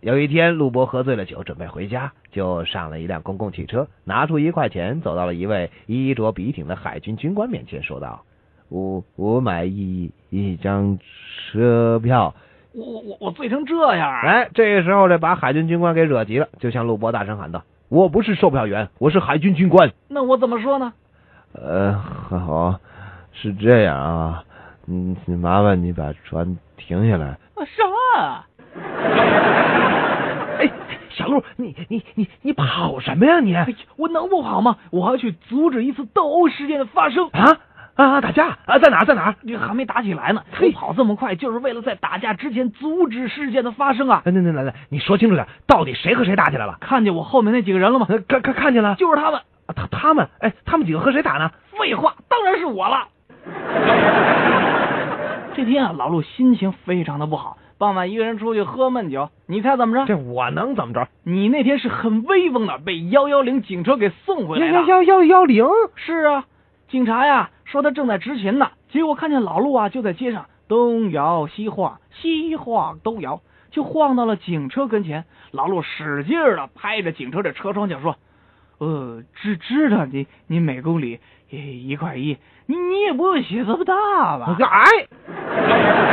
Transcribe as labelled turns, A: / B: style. A: 有一天，陆博喝醉了酒，准备回家，就上了一辆公共汽车，拿出一块钱，走到了一位衣着笔挺的海军军官面前，说道：“我我买一一张车票。
B: 我我我醉成这样”啊！
A: 哎，这个时候这把海军军官给惹急了，就向陆博大声喊道：“我不是售票员，我是海军军官。”
B: 那我怎么说呢？
A: 呃，好，是这样啊，嗯，麻烦你把船停下来。
B: 啊啥啊？
A: 哎，小陆，你你你你跑什么呀你？
B: 哎呀，我能不跑吗？我还要去阻止一次斗殴事件的发生。
A: 啊啊！打架啊，在哪儿在哪儿？
B: 这还没打起来呢，
A: 嘿
B: 我跑这么快就是为了在打架之前阻止事件的发生啊！
A: 哎，那那来来，你说清楚点，到底谁和谁打起来了？
B: 看见我后面那几个人了吗？
A: 呃看看看见了，
B: 就是他们。
A: 啊他他们哎，他们几个和谁打呢？
B: 废话，当然是我了。这天啊，老陆心情非常的不好，傍晚一个人出去喝闷酒。你猜怎么着？
A: 这我能怎么着？
B: 你那天是很威风的，被幺幺零警车给送回来了。
A: 幺幺幺零，
B: 是啊，警察呀说他正在执勤呢，结果看见老陆啊就在街上东摇西晃，西晃东摇，就晃到了警车跟前。老陆使劲的拍着警车的车窗就说：“呃，知知道你你每啊公里一一块一，你你也不用写这么大吧？
A: 哎，